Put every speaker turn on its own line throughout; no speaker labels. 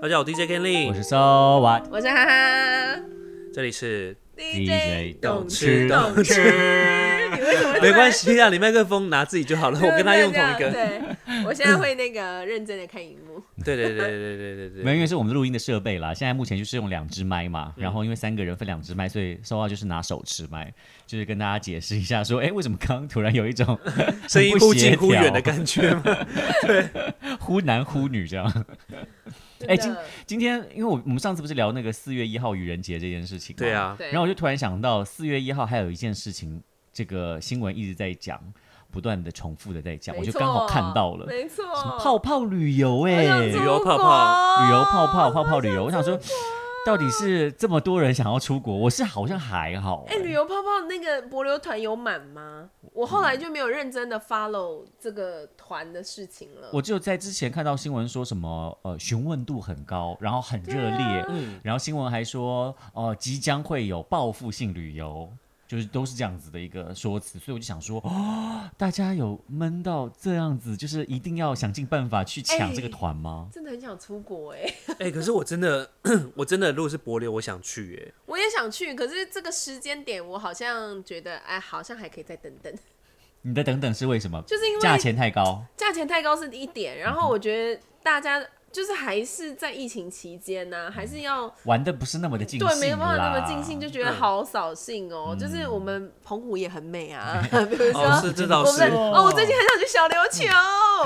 大家好，我 DJ Kenley，
我是 So What，
我是哈哈
这里是
DJ
懂吃懂 吃
你为什么突然
没关？系啊，你麦克风拿自己就好了，我跟他用同一
哎 对
个。
对，我现在会那个认真的看荧幕。
对对对对对对对
没有，
对，
因为是我们录音的设备啦。现在目前就是用两只麦嘛，
嗯
然后因为三个人分两只麦，所以说话就是拿手持麦，就是跟大家解释一下说，哎，为什么刚刚突然有 一种
声音
很不
忽
协
近忽远的
调
感觉 吗？
忽男忽女这样。 哎
真的
今天因为我我们上次不是聊那个四月一号愚人节这件事情吗？
对。啊，
对，
然后我就突然想到，四月一号还有一件事情，这个新闻一直在讲，不断的重复的在讲，我就刚好看到了
没错，
什么泡泡旅游、欸，哎，
旅游泡泡
旅游泡
哦
泡泡泡旅游，我想说，
啊
到底是这么多人想要出国，我是好像还好、
哎、旅游泡泡那个博流团有满吗？我后来就没有认真的 follow 这个团的事情了。
我只有在之前看到新闻说什么，呃，询问度很高，然后很热烈，
啊
嗯，
然后新闻还说，哦、即将会有报复性旅游，就是都是这样子的一个说辞，所以我就想说，哦，大家有闷到这样子，就是一定要想尽办法去抢
哎
这个团吗？
真的很想出国哎、
哎，可是我真的， 我真的，如果是柏流，我想去耶。
我也想去，可是这个时间点我好像觉得，哎，好像还可以再等 等，
你的等等是为什么？
就是因为
价钱太高，
价钱太高是一点，然后我觉得大家就是还是在疫情期间呢、还是要
玩的不是那么的尽兴
对没有办法那么
啦
尽兴，就觉得
嗯
好扫兴哦。就是我们澎湖也很美 啊，比如说。
哦，是这倒
我
是
们，哦，我最近很想去小琉球，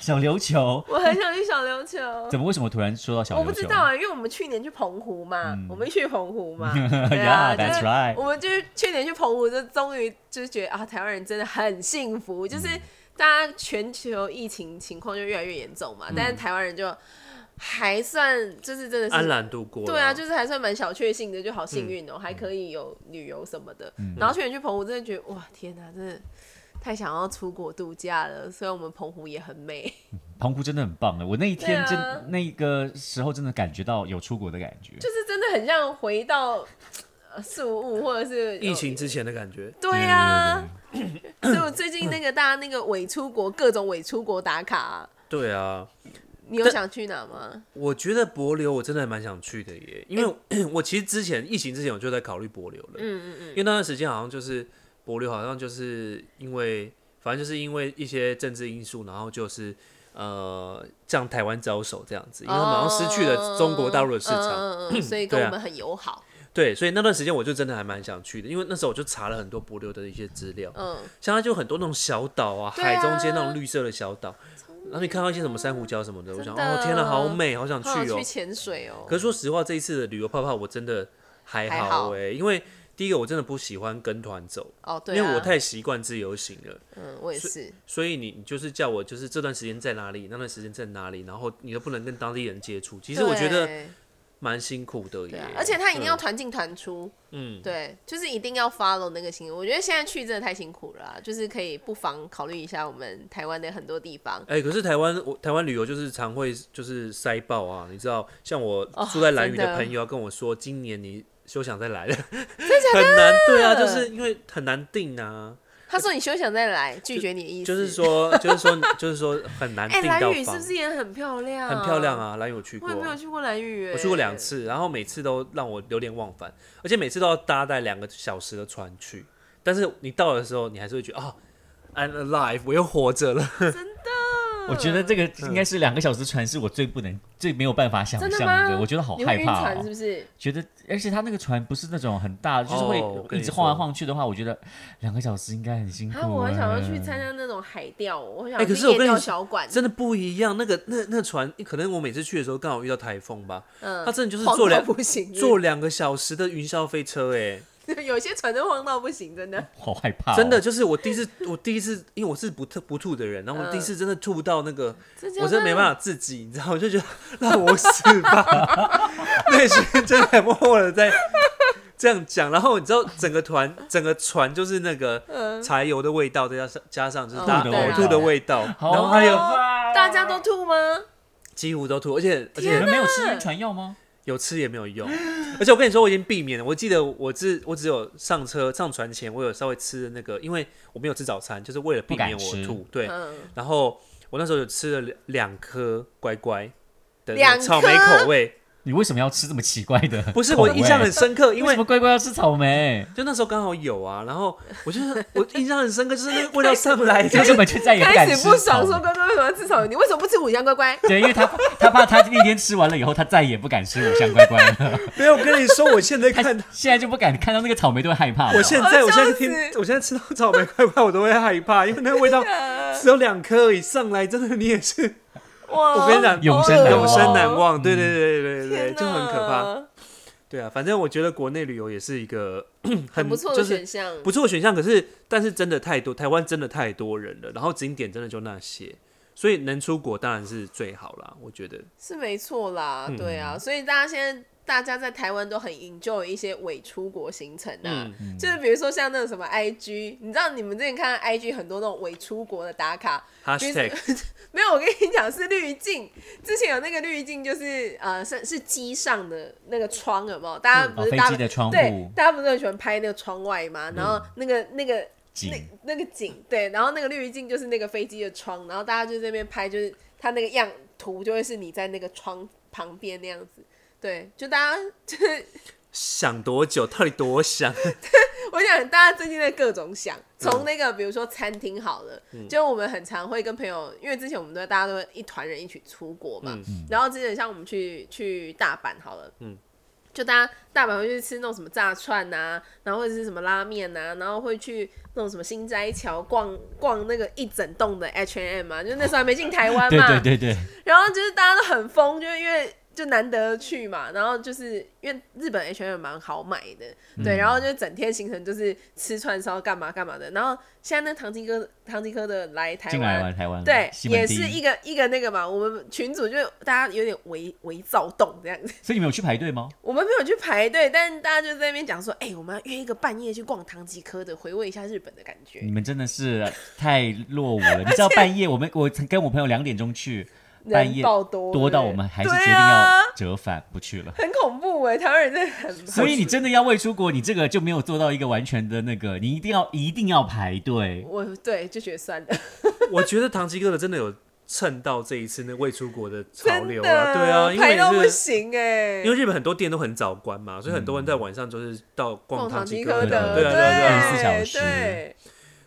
小琉球。
我很想去小琉球。
怎么为什么突然说到小琉球？
我不知 道啊，因为我们去年去澎湖嘛，我们去澎湖嘛，对啊
Yeah, that's
就是
right
我们就是去年去澎湖，就终于就是觉得啊，台湾人真的很幸福，就是大家全球疫情情况就越来越严重嘛，但是台湾人就还算就是真的
安
是。
然度过了。
对啊，就是还算蛮小确幸的，就好幸运哦、还可以有旅游什么的。然后去年去澎湖，真的觉得哇，天哪、真的太想要出国度假了。虽然我们澎湖也很美，
澎湖真的很棒的，我那一天
对
真、
啊
那一个时候真的感觉到有出国的感觉。
就是真的很像回到呃宿雾，或者是
疫情。之前的感觉。
对呀、所以我最近那个大家那个伪出国，各种伪出国打卡、
对啊，
你有想去哪吗？
我觉得柏流我真的还蛮想去的耶，因为 我其实之前疫情之前我就在考虑柏流了，嗯嗯嗯，因为那段时间好像就是柏流好像就是因为反正就是因为一些政治因素，然后就是呃向台湾招手这样子，因为他们好像失去了中国大陆的市场，
哦嗯嗯嗯嗯，所以跟
对啊
我们很友好。
对，所以那段时间我就真的还蛮想去的，因为那时候我就查了很多柏流的一些资料，
嗯，
像它就有很多那种小岛啊，
对啊
海中间那种绿色的小岛，然后你看到一些什么珊瑚礁什么的，我
真
想
的
哦天哪，好美，好想去
好想
哦、
去潜水哦、
可是说实话，这一次的旅游泡泡我真的还
还
好
好
哎、因为第一个我真的不喜欢跟团走，
哦，对、啊，
因为我太习惯自由行了。
嗯，我也是。
所以你你就是叫我就是这段时间在哪里，那段时间在哪里，然后你都不能跟当地人接触，其实我觉得
对
蛮辛苦的耶。
对啊，而且他一定要团进团出，
嗯，
对，就是一定要 follow 那个行为。我觉得现在去真的太辛苦了啊、就是可以不妨考虑一下我们台湾的很多地方。
哎、可是台湾我台湾旅游就是常会就是塞爆啊，你知道，像我住在兰屿
哦真的
的朋友跟我说，今年你休想再来了， 很难，对啊，就是因为很难定啊，
他说你休想再来，拒绝你的意思。
就是，说就是说就是说很难
哎、
定
蓝
到
屿是
房
不。是也很漂亮？
很漂亮！啊，兰屿我去
我
过
也没有
啊，
去过蓝屿、欸，
我去过两。次，然后每次都让我流连忘返，而且每次都要搭带两个小时的船去，但是你到的时候，你还是会觉得啊、i m alive，我又活着了。
我觉得这个应该是两个小时船是我最不能、最没有办法想
真
象
的吗
我觉得好
你会
害
晕
怕、
船是
哦。
不是？
觉得，而且他那个船不是那种很大，就是
我
会
跟你
一直晃来
说
晃去的话，我觉得两个小时应该很辛苦、
啊，我很想要去参加那种海钓，我很
嗯
想
哎
要
可
去
是我
夜
跟你
钓
说
小馆。
真的不一样，那个那那船，可能我每次去的时候刚好遇到台风吧，
嗯
它真的就是
晃
坐
到
两
不行，
坐两个小时的云霄飞车、欸，
有些船真晃到不行，真的。
好害怕、哦
真的，就是我第一次，我第一次，因为我是不吐不吐的人，然后我
嗯
第一次真的吐到那个，
真假的
我真的没办法自己，你知道，我就觉得让我死吧，内心真的很默默的在这样讲。然后你知道，整个团整个船就是那个柴油的味道，再加上加上
哦
就是大
嗯
家
对啊
呕吐的味道，然
好啊
后还有
害怕
大家都吐吗？
几乎都吐，而且而
你
且
们没有吃晕船药吗？
有吃也没有用。而且我跟你说，我已经避免了。我记得我只我只有上车上船前，我有稍微吃那个，因为我没有吃早餐，就是为了避免
不敢
我
吃
吐。对，
嗯，
然后我那时候有吃了两两颗乖乖，的那
两
种草莓
颗
口味，
你为什么要吃这么奇怪的口味？
不是我
欸
印象很深刻，因
为什
为
么乖乖要吃草 莓？
就那时候刚好有啊，然后我就我印象很深刻，就是那个味道上来， 就
他
是
根本就再也不敢
开
吃
始
草
不
莓。
爽，说 乖乖为什么要吃草莓？你为什么不吃五香乖乖？
对，因为他他怕他那天吃完了以后，他再也不敢吃五香乖乖 了。
没有我跟你说，我现在
他
看，
现在就不敢看到那个草莓都会害怕 了。
我现
我
在
笑
我现在听
死，
我现在吃到草莓块块，我都会害怕，因为那个 味道
啊
只有两颗而已，上来真的你也是
哇
我跟你讲
永生难忘
永生难忘，对对对对对对，
哦嗯天
就很可怕。
哪，
对啊，反正我觉得国内旅游也是一个
很不错
就
的
是
选项。
不错的选项，可是但是真的太多，台湾真的太多人了，然后景点真的就那些，所以能出国当然是最好啦，我觉得。
是没错啦，
嗯
对啊，所以大家现在大家在台湾都很 enjoy 一些伪出国行程
嗯
啊，就是比如说像那个什么 IG，你知道你们之前看 IG 很多那种伪出国的打卡，比如说
Hashtag
没有，我跟你讲是滤镜，之前有那个滤镜就是呃是是机上的那个窗有没有？大家
哦
不是
飞
大家、
机的窗
对
户，嗯
大家不是很喜欢拍那个窗外吗？然后那个那个那
景，
那个景，对，然后那个滤镜就是那个飞机的窗，然后大家就在那边拍，就是它那个样图就会是你在那个窗旁边那样子。对，就大家，
想多久，到底多想？
我想大家最近在各种想，从那个比如说餐厅好了，就我们很常会跟朋友，因为之前我们都大家都会一团人一起出国嘛，
嗯
然后之前像我们去去大阪好了，
嗯
就大家大阪会去吃那种什么炸串啊，然后或者是什么拉面啊，然后会去那种什么新斋桥逛逛那个一整栋的 H M 嘛，就那时候还没进台湾嘛，
对对对对，
然后就是大家都很疯，就是因为就难得去嘛，然后就是因为日本 H M 蛮好买的，
嗯
对，然后就整天行程就是吃串烧干嘛干嘛的，然后现在那唐吉诃唐吉诃德来台
进来
湾
玩。台湾，
对，
西门
也
町
是一个一个那个嘛，我们群主就大家有点围围躁动这样子，
所以你们有去排队吗？
我们没有去排队，但大家就在那边讲说，哎、我们要约一个半夜去逛唐吉诃德，回味一下日本的感觉。
你们真的是太落伍 了。你知道半夜我们我曾跟我朋友两点钟去，半
人
夜
爆多，
多到
对
我
不对
们还是
对
决定
啊
要折返不去了。
很恐怖哎、台湾人真的很，
所以你真的要未出国，你这个就没有做到一个完全的那个，你一定要一定要排队。
我对就觉得算了。
我觉得唐吉诃德真的有蹭到这一次那未出国的 潮
真
流
的，
了，对啊，因
排到不
为是。
行哎、
因为日本很多店都很早关嘛，所以很多人在晚上就是到逛
逛
唐
唐
吉
吉
诃
诃
德，
德，
对啊对啊对啊，
24小时
对，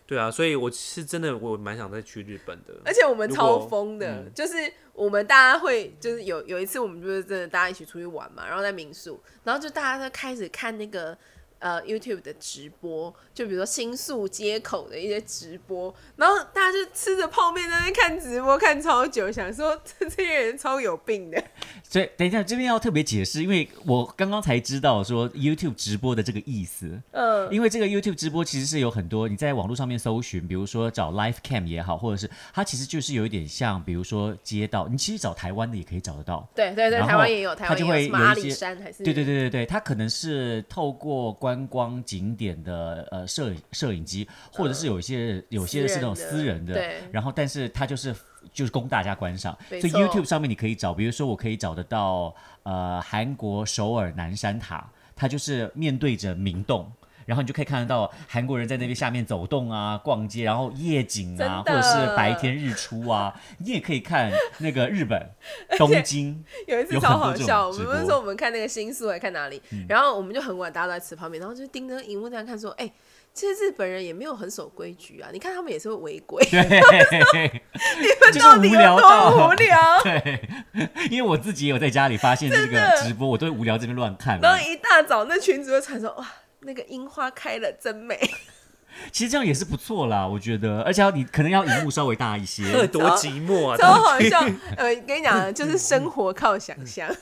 对啊，所以我是真的我蛮想再去日本的，
而且我们
如
超
果嗯
疯的，就是我们大家会，就是有有一次我们就是真的大家一起出去玩嘛，然后在民宿，然后就大家在开始看那个呃 YouTube 的直播，就比如说新宿街口的一些直播，然后大家就吃着泡面在那边看直播，看超久，想说 这这些人超有病的，
所以等一下这边要特别解释，因为我刚刚才知道说 YouTube 直播的这个意思。
嗯，
因为这个 YouTube 直播其实是有很多你在网络上面搜寻，比如说找 Live Cam 也好，或者是它其实就是有一点像，比如说街道，你其实找台湾的也可以找得到。
对对对，
然后
台湾也有，台
他
湾
就
也有
会
什么
有一
阿里
些
山还是
对对对对对，它可能是透过观光景点的呃摄影摄影机，或者是有一些有些是那种私
哦私
人
人的
的，
对
然后但是它就是就是供大家观赏，所
没
以
错
YouTube 上面你可以找，比如说我可以找得到呃韩国首尔南山塔，它就是面对着明洞。然后你就可以看得到韩国人在那边下面走动啊、逛街，然后夜景啊，或者
真的
是白天日出啊。你也可以看那个日 本东京，
有一次
有很多
超好
这种
笑，我
直
们不是
播嗯
说我们看那个新宿还看哪里，然后我们就很晚，大家都在吃泡面，然后就盯着荧幕这样看，
嗯
说：“哎、其实日本人也没有很守规矩啊，你看他们也是会违规，啊
对，
你
就是
们到底
无
有
聊
多
到
无 聊
对，因为我自己也有在家里发现这个直播，我都会无聊这边乱看？”。
然后一大早那群主就传说：“哇，那个樱花开了真 美。
其实这样也是不错啦，我觉得，而且要你可能要荧幕稍微大一
到底
些。
多寂寞”啊！
超
到底
好笑，呃，跟你讲，就是生活靠想象，
嗯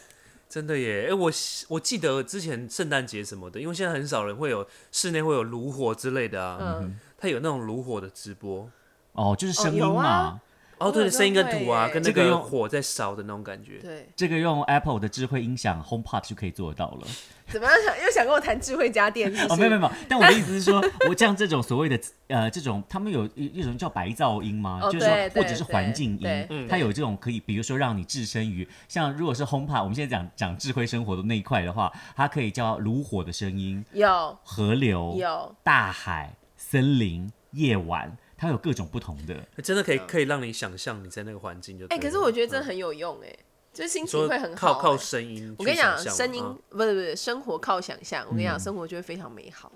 真的耶！哎、我我记得之前圣诞节什么的，因为现在很少人会有室内会有炉火之类的啊，
嗯，
他有那种炉火的直播。
哦，就是声音
哦有
嘛，
啊
哦，
我
对，
好像
声音跟图啊，
会耶
跟那
这个
个
用
火在烧的那种感觉。
对，
这个用 Apple 的智慧音响 HomePod 就可以做到了。
怎么样想又想跟我谈智慧家 电是不
哦，
是？
没有没有没有，但我的意思是说，我像这种所谓的呃，这种他们有一一种叫白噪音嘛，
哦
就是说
对
或者
对
是环境
对
音，它有这种可以，比如说让你置身于像如果是 HomePod，我们现在讲讲智慧生活的那一块的话，它可以叫炉火的声音、
有
河流、
有，
大海、森林、夜晚，它有各种不同的。
真的可以可以让你想象你在那个环境就
嗯
对了。嗯
哎、
嗯
可是我觉得真的很有用哎、就是心情
说
会很好、
靠靠
欸
声音
我
去
跟你讲
想，象嘛，
声音
啊
不是不是生活靠想象。我跟你
嗯
讲，生活就会非常美好。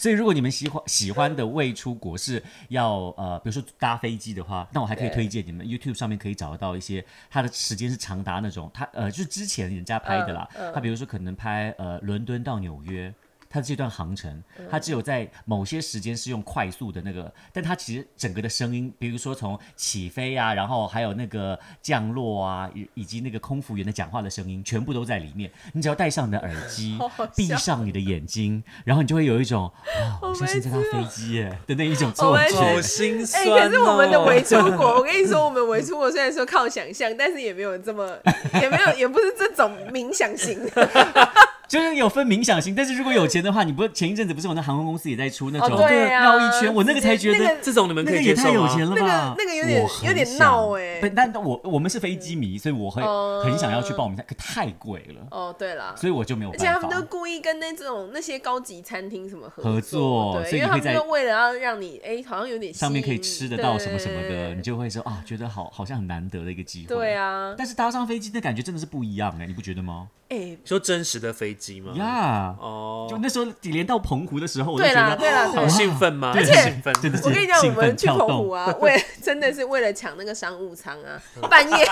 所以如果你们喜欢喜欢的未出国是要呃，比如说搭飞机的话，那我还可以
对
推荐你们 YouTube 上面可以找得到一些它的时间是长达那种它呃，就是之前人家拍的啦。
嗯
它比如说可能拍呃伦敦到纽约。它这段航程，
嗯
它只有在某些时间是用快速的那个，但它其实整个的声音，比如说从起飞啊，然后还有那个降落啊，以以及那个空服员的讲话的声音，全部都在里面。你只要戴上你的耳机
好好笑，
闭上你的眼睛，然后你就会有一种哦我现在在搭
啊
飞机耶的那一种错
我们
好
觉。
心
哎、
酸、哦
可是我们的 伪出国，我跟你说，我们伪出国虽然说靠想象，但是也没有 这么，也没有，也不是这种冥想型 的。
就是有分冥想型，但是如果有钱的话，你不前一阵子不是有那航空公司也在出那种、
哦
对啊
绕一圈，我那个才觉得、
那个
这种你们
那
可
个
以
也
接受吗？
太有钱了吧
吧？那个那个有点有点闹欸
不，但但我我们是飞机迷，所以我会
哦
很想要去报名，可太贵了，
哦，对啦，
所以我就没有
而且他
办
们都
法。
故意跟那种那些高级餐厅什么合
合作所
对，
以你
因为
会
他们
在
就为了要让你哎、好像有点
上面可以
吸引
吃得到什么什么的，
对
你就会说啊，觉得好好像很难得的一个机会。
对，啊，
但是搭上飞机的感觉真的是不一样哎、你不觉得吗？
哎、
你说真实的飞机吗？
呀、
哦，
就那时候连到澎湖的时候，我就
嗯对
觉
啦
得哦
对啦对
好
啦
兴奋吗？很
且
兴奋，
真的是
我跟你讲，我
兴奋
们去
跳
澎
动
湖啊，为 真的是为了抢那个商务舱啊，半夜， 你知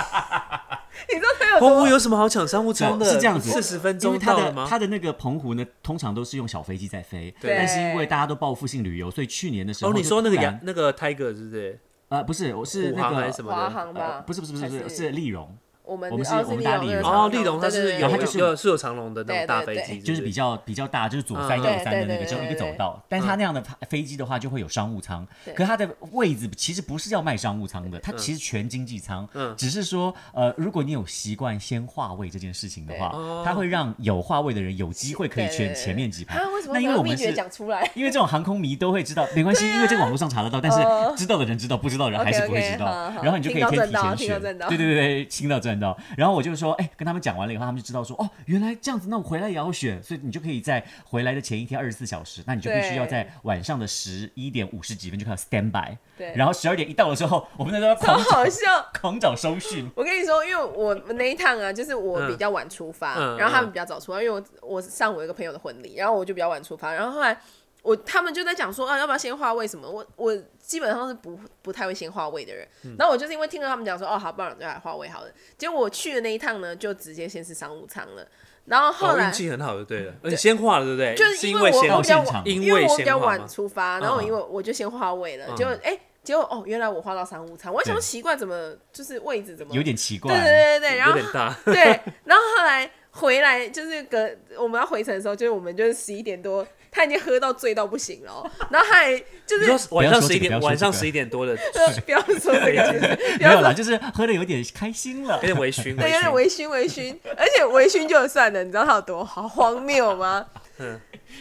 道他有
澎湖
多
有什么好抢商务舱的？
哦是这样子，
四十分
因
钟
为它
到了
的
吗？
它的那个澎湖呢，通常都是用小飞机在飞，
对
但是因为大家都报复性旅游，所以去年的时候
哦，
就突然，
你说那个牙那个 Tiger 是不是？
呃不是，我是
虎
那
航还
个
是什么
华
的？
航
呃
吧？
不是不是不是
还
是是丽蓉，
我们
我们是
哦
我们搭
丽
丽蓉
哦，丽龙它
它
是
然
有
后它就是
有是有长龙的那种大飞
对对
机，
就是比
较
较比较大，就是左三
嗯
右三的那个，
对对
就一个
对
走道。但是它那样的飞机的话，就会有商务舱，
对
可它的位置其实不是要卖商务舱的，它其实全经济舱
嗯，
只是说呃，如果你有习惯先划位这件事情的话
对
哦，
它会让有划位的人有机会可以选前面几排
啊，为什。么
那因
把
为我
秘
们
诀
是
讲出来？
因为这种航空迷都会知 道，没关系，因为这个网络上查得到，但是知道的人知道，不知道的人还是不会知道
啊哦 OK，OK，好。好
然后你就可以先提前
听到
选，
赚到
对对对对，听到赚到。然后我就说，哎，跟他们讲完了以后，他们就知道说，哦，原来这样子，那我回来也要选，所以你就可以在回来的前一天二十四小时，那你就必须要在晚上的十一点五十几分就开始 stand by，
对
然后十二点一到的时候，我们那时候
超
狂
好笑。
狂找收 讯，
我跟你说，因为我那一趟啊，就是我比较晚出发，
嗯嗯
然后他们比较早出发，因为我我上午有一个朋友的婚礼，然后我就比较晚出发，然后后来我他们就在讲说啊，要不要先化位什么？我我基本上是不不太会先化位的人，
嗯
然后我就是因为听了他们讲说哦，好，不然我就来化位好了。结果我去的那一趟呢，就直接先是商务舱了，然后后
哦，
来、
运气很好就对了。呃你先画了对不对？
就是
因
因为我
先
到
我比较
现场
晚，
因
因
为
我比较
先画
晚
嘛
出发，然后
嗯
因为我就先花位了，
嗯
结果哎、结果哦，原来我花到商务舱，我还想说奇怪，怎么就是位置怎么
有点奇
对对
怪。
对对对，然
有
后
点大，
对，然后后来回来就是隔我们要回程的时候，就是我们就是十一点多，他已经喝到醉到不行了哦，然后他还就
你
是
说晚上
不要说
十
这
一
个
点，
不要说这个
晚上十一点多 的，有
呃不要说这个，不
没有
要
啦，
说。
就是喝的有点开心 了。
点微醺，
对，有点
醺。
微醺，微醺， 而且微醺就算了，你知道他有多好荒谬吗？
嗯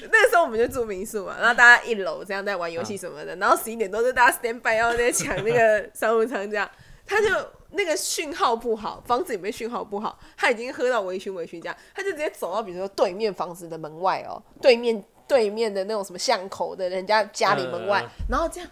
那时候我们就住民宿嘛，然后大家一楼这样在玩游戏什么的，然后十一点多就大家 stand by 要在抢那个商务舱这样，他就那个讯号不好，房子里面讯号不好，他已经喝到微醺微醺这样，他就直接走到比如说对面房子的门外哦，对面对面的那种什么巷口的人家家里门外，
嗯嗯
然后这样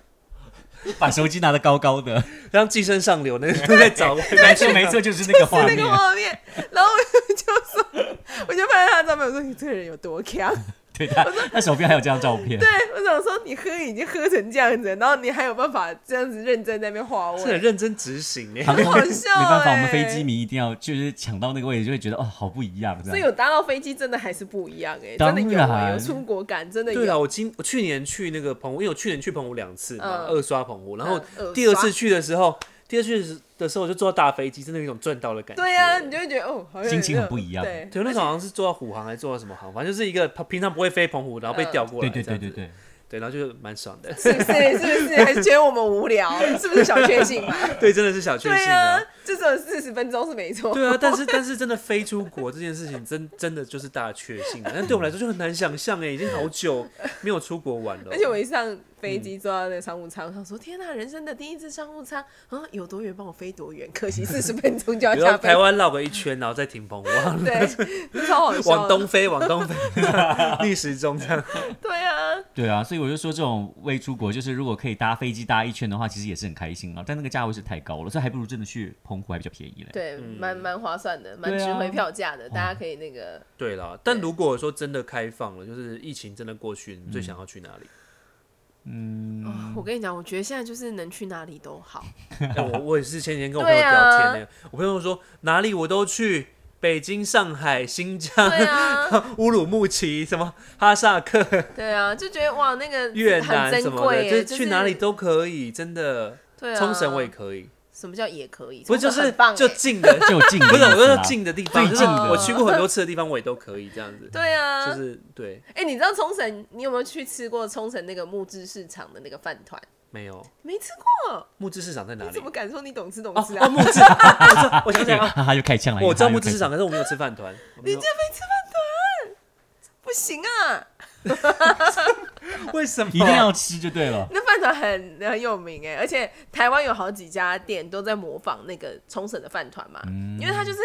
把手机拿得高高的，
让寄生上流那 个都在找，
没错没错，就是那个画
是那
面
个。画面，然后我就说，我就拍他的照片，我说你这个人有多强。
对他，他手边还有这张照片。
对，我想说你喝已经喝成这样子，然后你还有办法这样子认真在那边画
是很
位，
认真执行哎。
航空
很好
没
笑欸
办法，我们飞机迷一定要就是抢到那个位置，就会觉得哦，好不一样这
所以
样。
有搭到飞机真的还是不一样哎、
当
真的有啊
然
有出国感，真的
对啊
有。
了，我今我去年去那个澎湖，因为我去年去澎湖两次嘛，
嗯
二刷澎湖，然后
嗯二
第二次
刷
去的时候，第二次去的时候我就坐到大飞机，真的有一种赚到的感觉。
对呀、啊，你就会觉得哦，好像有
心情
那
很
种
不一样
对，
对，那时候好像是坐到虎航还是坐到什么航，反正就是一个平常不会飞澎湖，然后被
嗯
调过
对
来、
对
这
对
样
对
子
对，
对，然后就蛮爽的。
是不是？是不是？还是觉得我们无聊？是不是小确幸嘛？
对，真的是小确
对
幸
呀、
啊
啊。，就只有四十分钟是没错。
对啊，但是但是真的飞出国这件事情真真的就是大确幸啊！但对我来说就很难想象哎，已经好久没有出国玩了。
而且我一上飞机坐到那个商务舱，我想说天呐，人生的第一次商务舱啊，有多远帮我飞多远，可惜四十分钟就要
比如说
下飞
台，湾绕个一圈，然后再停澎湖，
对，超好笑的。
往东飞，往东飞，逆时钟这样。
对啊，
对啊，所以以我就说这种未出国，就是如果可以搭飞机搭一圈的话，其实也是很开心啊了。但那个价位是太高了，所以还不如真的去澎湖还比较便宜嘞。
对，
嗯
蛮蛮划算的，蛮
对啊
值回票价的，大家可以那个
对啦，但如果说真的开放了，就是疫情真的过去，你
嗯
最想要去哪里？嗯
哦，我跟你讲，我觉得现在就是能去哪里都好。
哎我我也是前几天跟我朋友
对啊
聊天呢、我朋友说哪里我都去，北京、上海、新疆、
对啊，
乌鲁木齐、什么哈萨克、
对啊，就觉得哇，那个
越
很
南什
珍
么的，
贵耶，
是
就
去哪里都可以，真的。
对啊。
冲绳我也可以，
什么叫也可以？
不是就
冲绳
是
很棒欸
就
耶
近的，
就近的
不是
意思
我
啦
说近的地方，
最
就
近
是
的
我去过很多次的地方，我也都可以这样子。
对啊，
就是对，
哎、你知道冲绳，你有没有去吃过冲绳那个木质市场的那个饭团？
没有
没吃过，
木质市场在哪
你
里
怎么？啊敢说你懂吃懂
哦
吃啊？
哦，木质，我知道我想起来了，
哈哈，又开枪了。
啊我知道木质
知
市场，可是我没有吃饭团。你这
不行啊，
为什么
一定要吃就对了。
那饭团很很有名哎，而且台湾有好几家店都在模仿那个冲绳的饭团嘛，
嗯
因为它就是。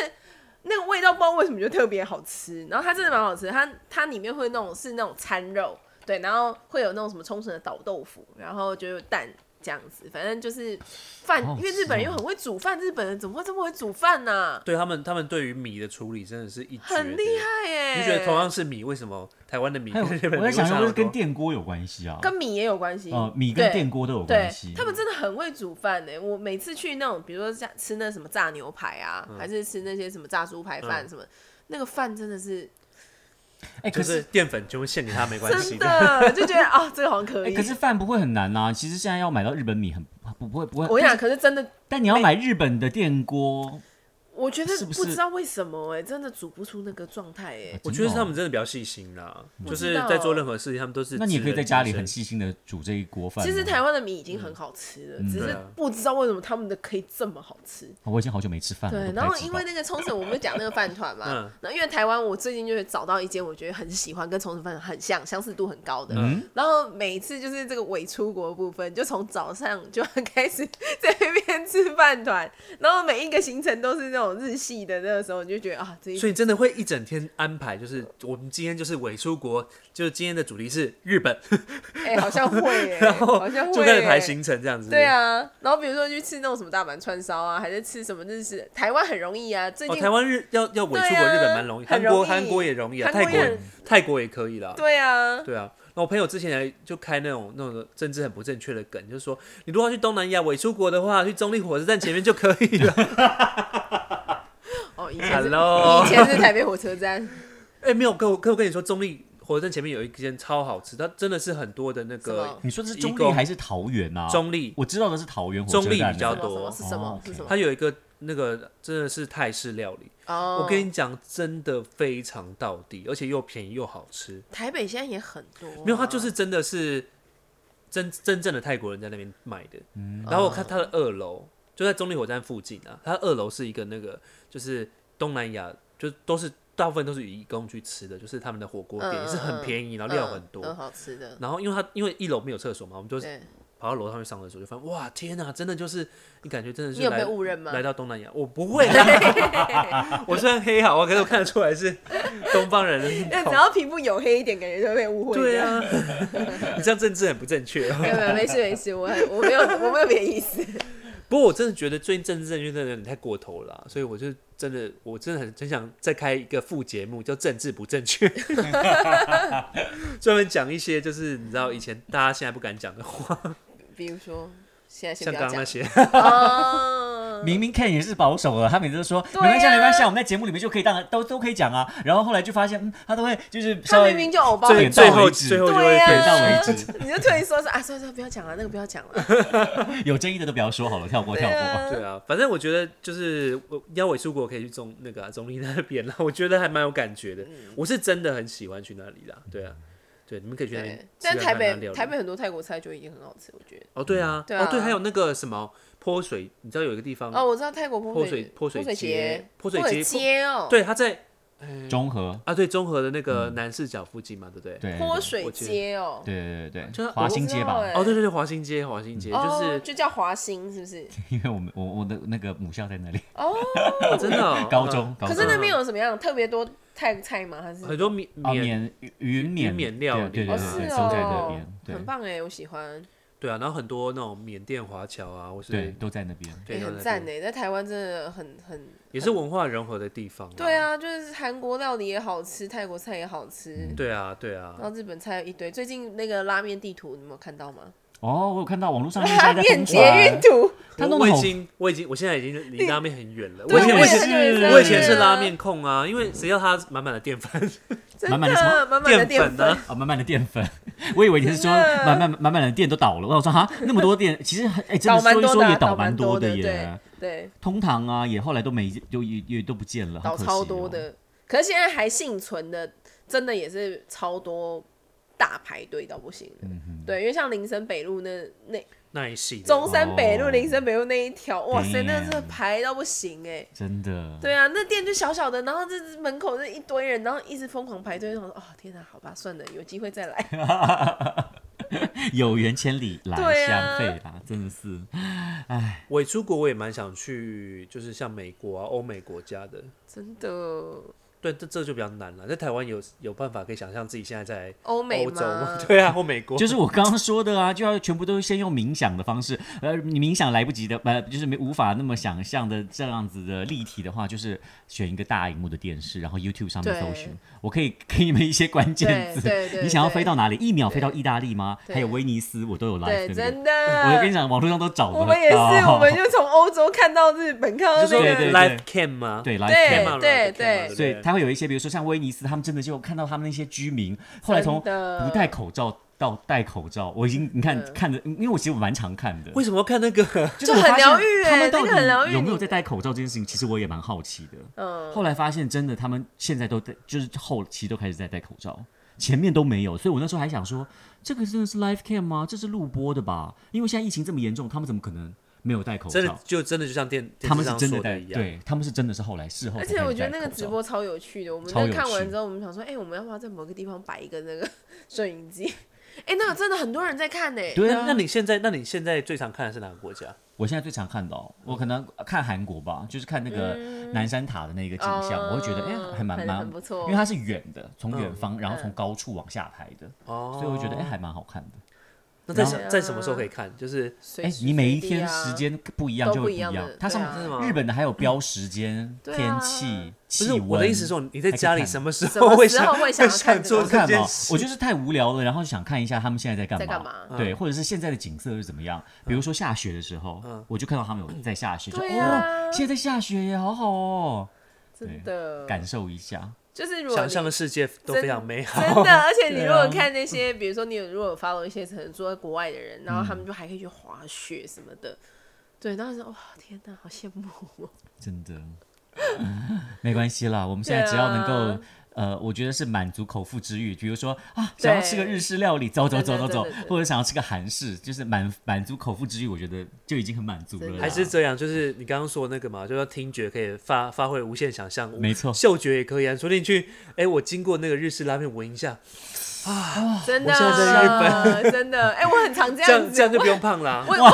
那个味道不知道为什么就特别好吃，然后它真的蛮好吃，它它里面会那种是那种餐肉，对，然后会有那种什么冲绳的倒豆腐，然后就有蛋这样子，反正就是饭
好好，吃
因为日本人
哦
又很会煮饭，日本人怎么会这么会煮饭呢、
对他们，他们对于米的处理真的是一绝的
很厉。害欸耶！
你觉得同样是米，为什么台湾的米
还
跟
有，
日本的
我
米
在
为
想
啥
是不是跟
多？
电锅有关系啊？
跟米也有关系
呃，米跟电锅都有
对
关系。
对，他们真的很会煮饭呢。我每次去那种，比如说像吃那什么炸牛排啊，
嗯
还是吃那些什么炸猪排饭
嗯
什么，那个饭真的是
哎，
就
可
是
是
淀粉全部献给他没关系
真。的 就觉得啊，这个好像可
哎，
以。
可是饭不会很难呐。其实现在要买到日本米很不不会不
我跟
会，
你讲，可是真的，
但你要买日本的电锅，
我觉得
是不是
不知道为什么哎，真的煮不出那个状态哎。
我觉得
哦
他们真的比哦较细心啦，就是
知道
在做任何事情，他们都是。
那你也可以在家里很。细心的嗯煮这一锅饭啊。
其实台湾的米已经很好吃了，只
对
是
啊
不知道为什么他们的可以这么好吃。
哦我已经好久没吃
啊
饭了。
对
都，不太
然后
知
因
道
为那个冲绳，我们就讲那个饭团嘛，
嗯
然后因为台湾，我最近就是找到一间我觉得很喜欢，跟冲绳饭团很像，相似度很高的。
嗯
然后每次就是这个伪出国的部分，就从早上就要开始 在那边吃饭团，然后每一个行程都是那种日系的，那个时候你就觉得啊，这一
所以真的会一整天安排，就是我们今天就是伪出国，就是今天的主题是日本，
哎、好像会、欸，
然后
好像会、
就
欸，
开始排行程这样子。哦
对，啊，然后比如说去吃那种什么大阪串烧啊，还是吃什么日式，台湾很容易啊。最
哦，
近、
台湾日要要伪出国，
对啊
日本蛮容易，韩
很
国
容易
韩国也容易啊，泰
韩国
国
也很
泰国也可以啦。
对啊，
对啊，那我朋友之前还就开那种那种政治很不正确的梗，就是说你如果要去东南亚伪出国的话，去中立火车站前面就可以了。
哦，以前是
Hello，
以前是台北火车站。
哎、没有，可我可我跟你说，中立火车站前面有一间超好吃，它真的是很多的那
什
个
么
你说的是
移
中立
工
还是桃园啊？
中立，
我知道的是桃园火车
中立
站
比较
啊
什
多
么什么是什么、
哦
是什么？
它有一个那个真的是泰式料理，
哦，
我跟你讲，真的非常到地，而且又便宜又好吃。
台北现在也很多、啊
没有，它就是真的是真真正的泰国人在那边买的。然
哦
后我看它的二楼就在中立火车站附近啊，它二楼是一个那个就是东南亚，就都是大部分都是以义工去吃的，就是他们的火锅店、也是很便宜，然后料很多。
嗯很好吃的。
然后因为它因为一楼没有厕所嘛，我们就是
对，
跑到楼上去上厕所，就发现哇天哪，真的就是你感觉真的是
你有
来
被误认吗？
来到东南亚，我不会啦。我虽然黑好啊，可是我看得出来是东方人的
那
面
只
孔。
要皮肤黝黑一点，感觉就会被误会。
对， 啊，你这样政治很不正确哦。
没有没有，没事没事，我很我没有我没有别的意思。
不过我真的觉得最近政治正确真的有点太过头了啦所以我就真的，我真的很很想再开一个副节目，叫“政治不正确”， 专门讲一些就是你知道以前大家现在不敢讲的话，
比如说，现在先
像
不
刚
要
刚那
讲
些。
哦。
明明看也是保守的，他每次都说、
对啊
没关系啊，没关系啊，我们在节目里面就可以当都都可以讲啊。然后后来就发现，嗯，他都会就是稍
他
微
明明就偶包，
最
点到
最后
为止
最后就会
对啊，
退
到
缩
为
你就退缩说啊，算了算了，不要讲了，那个不要讲 了。
有争议的都不要说好了，跳过
对
跳过。
啊，
对啊，反正我觉得就是我要我出国可以去中那个、啊、中立那边啦，我觉得还蛮有感觉的。
嗯
我是真的很喜欢去那里啦，对啊，对，你们可以去那边
对。
吃
但
看
台
看那
北
料理
台北很多泰国菜就已经很好吃，我觉得。
哦，对啊，
对啊
哦对，还有那个什么泼水，你知道有一个地方
哦，我知道泰国
泼
泼
水嗯泼
泼
水
节
节泼水
水
节
街哦，
对，他在
中和，
啊，对，中和的那个南市角附近嘛，对不对？
嗯对对
泼
对
水街哦，
对对对
就
对，
是
华兴街吧
我知道，欸
哦，对对对，华新街，华新街就是
哦、就叫华兴，是不是？
因为我们我我的那个母校在那里，
哦，
哦真的哦
高中
嗯
高
可
中
是那边有什么样特别多泰菜吗？还是
很多缅
啊，
缅
缅云
缅
缅
缅料理
对对
哦
对
是
对，
哦，
都在那边，对
很棒哎，我喜欢，
对啊，然后很多那种缅甸华侨啊，或是
对，都在那边。
对
也
都
很
在
赞
那边
哎，在台湾真的很很
也是文化融合的地方。
对，啊，就是韩国料理也好吃，泰国菜也好吃，
对啊，对
然
啊，
后日本菜有一堆。最近那个拉面地图，你有没有看到吗？
哦，我有看到网络 上
拉
面
面捷运图，
他
我
弄
我已
得好
经我已经我现在已经离拉面很远了。
对
我以前
我也
是
很久没吃
我以前是
拉面
拉面控啊，因为谁叫它满满的淀粉？
真的
满满的什么
满满的淀
粉呢？？
啊，满满的淀粉。 我以为你是说
真的
满满满满的店都倒了，我想说哈，那么多店， 其实很哎、真
倒
的
蛮
说一
多
说
的啊，
也
倒
倒蛮
多
的
对
耶。
对，
通堂啊，也后来都没就也也都不见了，好
倒
可惜、哦。
超多的。可是现在还幸存的，真的也是超多大排队到不行
嗯
的。对，因为像林森北路那那
那一系的
中山北路、
哦
林森北路那一条，哇塞，
Damn
那真的排到不行哎。
真的。
对啊，那店就小小的，然后这门口那一堆人，然后一直疯狂排队，然后说哦天哪、好吧，算了，有机会 再来。
有缘千里来
对
相
啊
会啦，真的是。
我出国我也蛮想去，就是像美国啊、欧美国家的。
真的，
对，这这就比较难了。在台湾有有办法可以想象自己现在在
欧美
欧洲
吗
吗？？ 对啊，或美国，
就是我刚刚说的啊，就要全部都先用冥想的方式，呃，你冥想来不及的，呃，就是没无法那么想象的这样子的立体的话，就是选一个大荧幕的电视，然后 YouTube 上面
对
搜寻，我可以给你们一些关键
对
字，
对对，
你想要
对
飞到哪里？一秒飞到意大利吗？
对
还有威尼斯，我都有 live
对，
不
真
对？
的。
我跟你讲，网络上都找得到。
我们也是，我们就从欧洲看到日本，看到
就说
那
对对
个，
live cam 吗？
对 live
对
cam，
，cam 啊
对
live cam
对
啊不
所以他会有一些，比如说像威尼斯，他们真的就看到他们那些居民，后来从
真的嗯
不戴口罩到戴口罩，我已经你看
真的
看着，因为我其实我蛮常看的。
为什么要看那 个？
就是我
就很
发现
疗愈欸
他们
那个很
到
疗
底
愈
有没有
你
在戴口罩这件事情，其实我也蛮好奇的。
嗯，
后来发现，真的他们现在都戴，就是后期都开始在戴口罩，前面都没有。所以我那时候还想说，这个真的是 live cam 吗？这是录播的吧？因为现在疫情这么严重，他们怎么可能没有戴口罩
真？的就真的就像电电
他
视
们是
上
真的
说
戴，
的一样，
对他们是真的是后来事后才
而
开始
且
戴口罩。
我觉得那个直播超有趣的，我们
超
那
有
看完
趣
之后，我们想说，哎，我们要不要在某个地方摆一个 那个摄影机？哎，那个真的很多人在看呢。
对
那
啊，
那你现在，那你现在最常看的是哪个国家？
我现在最常看到，我可能看韩国吧，就是看那个
嗯
南山塔的那个景象，
哦
我会觉得哎、还蛮
很
蛮
很不错嗯
因为它是远的，从远方，然后从高处往下拍的，
哦，
所以我觉得哎、还蛮好看的。
那在
然
什
后
在什么时候可以看？就是
随
哎、
时
你每一
随地
天
啊
时间不一样
都
就
不
会
一样的
它上
对啊
真的吗
日本的还有标时间、
对啊
天气、
不
气
是
温。
我的意思是说，你在家里什么时
什么时候
会想
会想要看
想
这个
做
我看
这
嘛
件，
我
事？
就是太无聊了，然后想看一下他们现在在干嘛，
在干嘛嗯
对，或者是现在的景色是怎么样。比如说下雪的时候，我就看到他们有在下雪，就
对啊嗯
哦，现在在下雪耶，好好哦，
真的，
感受一下。
就是如果
想
你
象的世界都非常美好。
真的，而且你
对
如果
啊
看那些，比如说你有如果有 follow 一些可能住在国外的人，然后
嗯
他们就还可以去滑雪什么的，对，当时哇，天哪，好羡慕哦！
真的，嗯没关系啦，我们现在只要能够。
啊
呃，我觉得是满足口腹之欲，比如说啊，想要吃个日式料理，走走走走走
对对对对，对
或者想要吃个韩式，就是满满足口腹之欲，我觉得就已经很满足了
真
啦。
的
还是这样，就是你刚刚说的那个嘛，就是听觉可以发发挥无限想象，
没错
嗅觉也可以啊。说不定去，哎，我经过那个日式拉面闻一下，
真的，
啊
我现在在日
真的，哎、我很常这
这
样
样
子，
这样就不用胖啦。
我我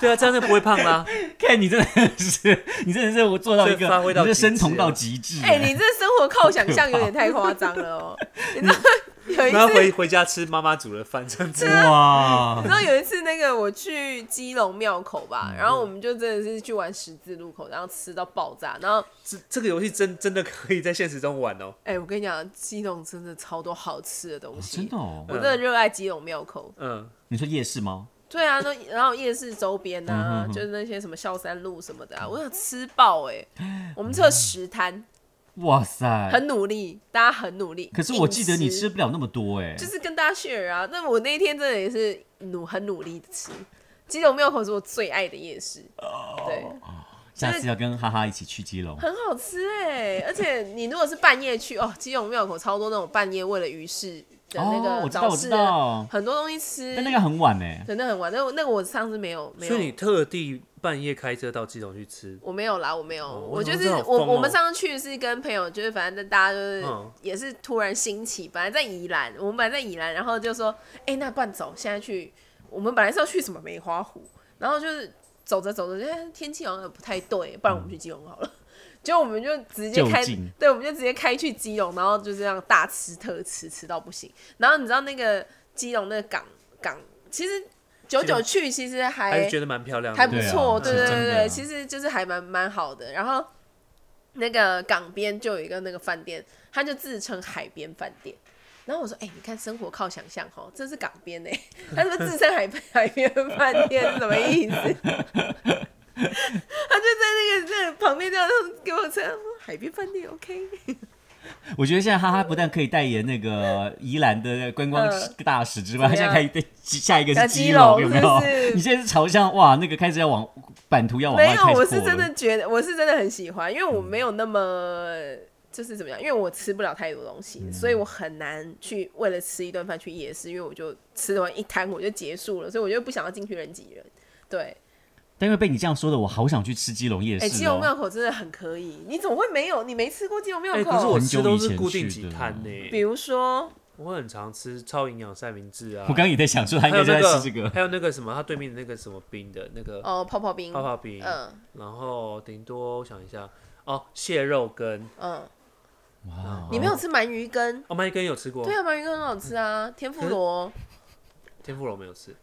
对啊，这样就不会胖 啦。
哎看你真的是，你真的是我做到一
这
个，
发挥到
你这
极致
生酮到
了
极致。
哎、你这生活靠想象有点太夸张了 哦、你知道有一
然后
次，
回回家吃妈妈煮的饭，这样子。
哇
你知，道有一次那个我去基隆庙口
嗯
吧，然后我们就真的是去玩十字路口，然后吃到爆炸，然后
这这个游戏真真的可以在现实中玩哦。
哎、我跟你讲，基隆真的超多好吃的东西，
真的哦
我！真的热爱基隆庙口。
嗯，
你说夜市吗？
对啊，那然后夜市周边
嗯
啊，就是那些什么孝山路什么的啊，我想吃爆哎、
嗯
我们吃了十摊，
哇塞！
很努力，大家很努力。
可是我记得你
硬
吃不了那么多哎、
就是跟大家 share 啊。那我那一天真的也是努很努力的吃，基隆庙口是我最爱的夜市，
哦
对，
下次要跟哈哈一起去基隆。
很好吃哎、而且你如果是半夜去哦，基隆庙口超多那种半夜为了鱼市的那
哦
个
我知道
早
我知
市的，
道
很多东西吃，
但那个很晚哎、
真的很晚。那我那个我上次没
嗯
有没有
所以你特地半夜开车到基隆去吃，
我没有啦，我没有，我就
我
是
真的好
我
疯哦
我们上次去是跟朋友，就是反正大家就是、
嗯
也是突然兴起，本来在宜兰，我们本来在宜兰，然后就说，哎、那不然走，现在去，我们本来是要去什么梅 花湖，然后就是走着走着，哎、天气好像不太对，不然我们去基隆好了。结果我们就直接开
就近，
对，我们就直接开去基隆，然后就这样大吃特吃，吃到不行。然后你知道那个基隆那个港港，其实久久去其实
还
还
是觉得蛮漂亮的，
哎还不
对啊
错，对
是
对
真
对
的
对，
啊
其实就是还蛮蛮好的。然后那个港边就有一个那个饭店，它就自称海边饭店。然后我说，哎、你看生活靠想象哦，这是港边呢、他是不是自称海海边 饭店是什么意思？ 他就在那个那个旁边这样给我称海边饭店，OK。
我觉得现在哈哈不但可以代言那个宜兰的观光
嗯
大使之外，
怎么
他现
样
在可以对下一个
要
是
基
基
隆
隆，有没有
是不是？
你现在是朝向哇，那个开始要往版图要往
没
外
有
开始，
我是
扩
真
了
的觉得，我是真的很喜欢，因为我没
嗯
有那么就是怎么样，因为我吃不了太多东
嗯
西，所以我很难去为了吃一顿饭去夜市，因为我就吃完一摊我就结束了，所以我就不想要进去人挤人。对，
但因为被你这样说的，我好想去吃基隆夜
哎、
市
基隆
哦。
庙口真的很可以，你怎么会没有？你没吃过基隆庙
哎、
口？
可是我
很
吃
久
都
以
是
前
固
去
定几
的
摊呢、
比如说，
我很常吃超营养三明治啊。
我刚刚也在想说，他应
还有
该就在
那
吃这个。
还有那个什么，他对面的那个什么冰的那个
哦，泡泡冰，
泡泡冰，
嗯
然后顶多我想一下，哦，蟹肉羹，
嗯，
哇哦
你没有吃鳗鱼羹？
哦，麦羹有吃过
对，啊，鳗鱼羹很好吃啊，天妇罗。
天妇罗没有吃，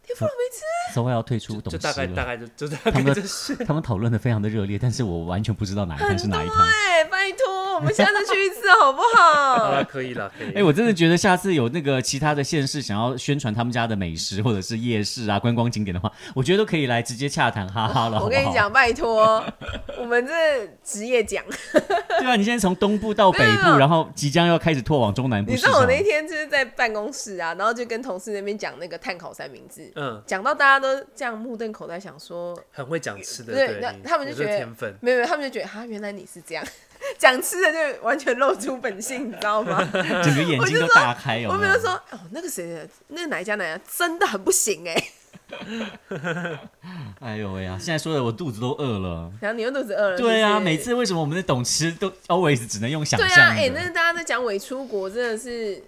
稍微要退出
就
董
就
事
大概大
了。
概就就大
他
概
们
就是。
他们讨论的非常的热烈，但是我完全不知道哪一摊是哪一摊。
对，哎拜托，我们现在再去一次好不
好
好？
了，可以了，可以。
哎、我真的觉得下次有那个其他的县市想要宣传他们家的美食或者是夜市啊、观光景点的话，我觉得都可以来直接洽谈哈哈了。
我跟
好
你
不好
讲，，拜托，我们这职业 讲，
对啊，你现在从东部到北
没有没
部，
有
然后即将要开始拓往中南部
你
市
知
场。
道我那天就是在办公室啊，然后就跟同事那边讲那个碳烤三明治，
嗯，
讲到大家都这样目瞪口呆，想说，
很会讲吃的，
对，那
你
他们就
有这
觉
个
得
天分。
没有，没有他们就觉得哈，原来你是这样， 讲吃的就完全露出本性，你知道吗？
整个眼睛都大开， 有
我
没
没
有
有？说哦，那个谁，那个哪一家哪一家真的很不行哎、
哎呦喂呀、现在说的我肚子都饿了。
然后你又肚子饿了，是不
对啊，
是
每次为什么我们的懂吃都 always 只能用想
对
象的？
啊，哎、那大家在讲伪出国，真的是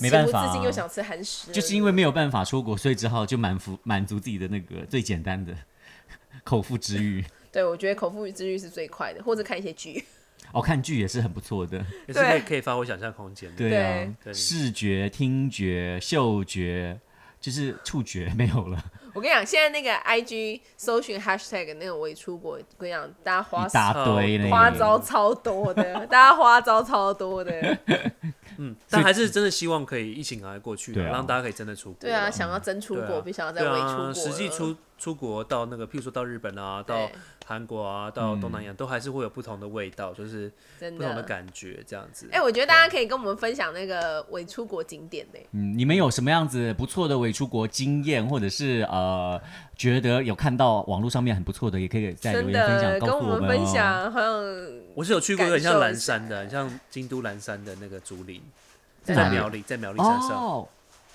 没办法啊
情不自禁又想吃韩食了，
就是因为没有办法出国，所以只好就满足满足自己的那个最简单的 口腹之欲。
对，我觉得口腹之欲是最快的，或者看一些剧。
哦，看剧也是很不错的。
也是可以可以发挥想象空间的。
对啊，
对
视觉、听觉、嗅觉，就是触觉没有了，
我跟你讲，现在那个 I G 搜寻 hashtag 那个我一出国，我跟你讲，大家花
一大堆那个
花招超多的，大家花招超 多的。啊
嗯，但还是真的希望可以疫情赶快过去，
对啊
让大家可以真的出国。
对啊，想要真出
对
国，
啊
别想要再
对
伪出
啊，
国。
实际，出出国到那个，譬如说到日本啊，到
对，
韩国啊，到东南
嗯
亚，都还是会有不同的味道，就是
真
不同的
的。
感觉这样子。
哎、我觉得大家可以跟我们分享那个伪出国景点呢、
嗯，你们有什么样子不错的伪出国经验，或者是呃，觉得有看到网络上面很不错的，也可以在留
真
言分享
的
告诉
跟我们
们
分
哦。
享，好像
我是有去过一个很
感
像
受一
蓝
下
山的，很像京都蓝山的那个竹林，
在
在
哪里
苗栗，在苗栗山上，
哦，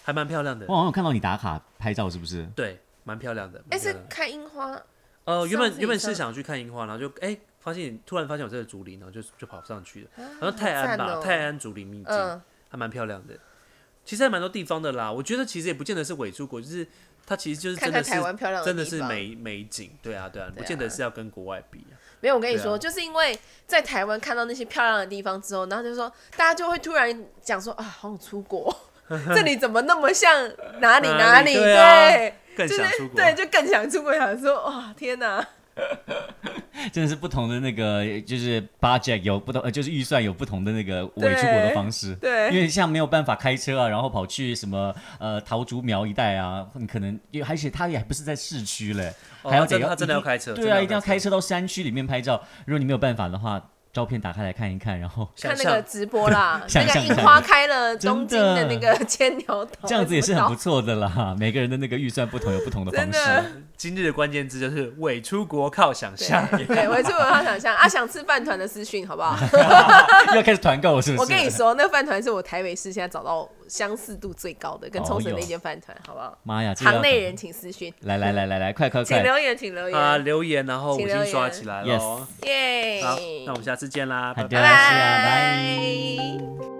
还蛮漂亮的
我。好像有看到你打卡拍照，是不是？
对，蛮漂亮的。
哎、
蛮漂
是
亮的
看樱花，
呃，原
上
本
次
原本
以上
是想去看樱花，然后就哎、发现突然发现有这个竹林，然后就就跑上去了。好像泰安
啊好赞
吧，
哦
泰安竹林秘境、
嗯，
还蛮漂亮的。其实还蛮多地方的啦，我觉得其实也不见得是伪出国，就是它其实就是
看
真
看
的是
台湾漂亮的
真的
地
是
方
美美景，对啊对啊，
对
不
啊
见得是要跟国外比啊、
没有，我跟你
对啊
说，就是因为在台湾看到那些漂亮的地方之后，然后就说大家就会突然讲说啊，好想出国， 这里怎么那么像哪里哪
哪
里？
里对啊更
就
想
是
出国。
对，就更想出国，想说哇，天哪！
真的是不同的那个，就是 budget 有不同，呃，就是预算有不同的那个伪出国的方式。
对
因为像没有办法开车啊，然后跑去什么呃桃竹苗一带啊，你可能因为而且他也还不是在市区嘞，
哦
还要
他真
得
他真的要开车
对
真的
啊，
要
一定要
开
开车到山区里面拍照。如果你没有办法的话，照片打开来看一看，然后
想
看那
象
个直播 啦，那
想
个
象
樱花开了，东京的
真的
那个千鸟岛，
这样子也是
什
很
么
不错的
哦
啦。每个人的那个预算不同，有不同的方
真的
式。
今日的关键字就是伪出国靠想象。
岛。对， 对我出国好想象啊，想吃饭团的私讯，好不 好？
啊要开始团购了是不是？
我跟你，说，那个饭团是我台北市现在找到相似度最高的，跟
哦
冲绳那间饭团，好不好？
妈呀，这个要
行内人请私讯，
来来来来来，快快
请
快！
留言，请留
啊，
言，
留言，然后五
请留
星刷
言
起来
Yes
喽。
耶！
好，那我们下次见啦，拜
好的
拜。
拜
是啊拜
拜。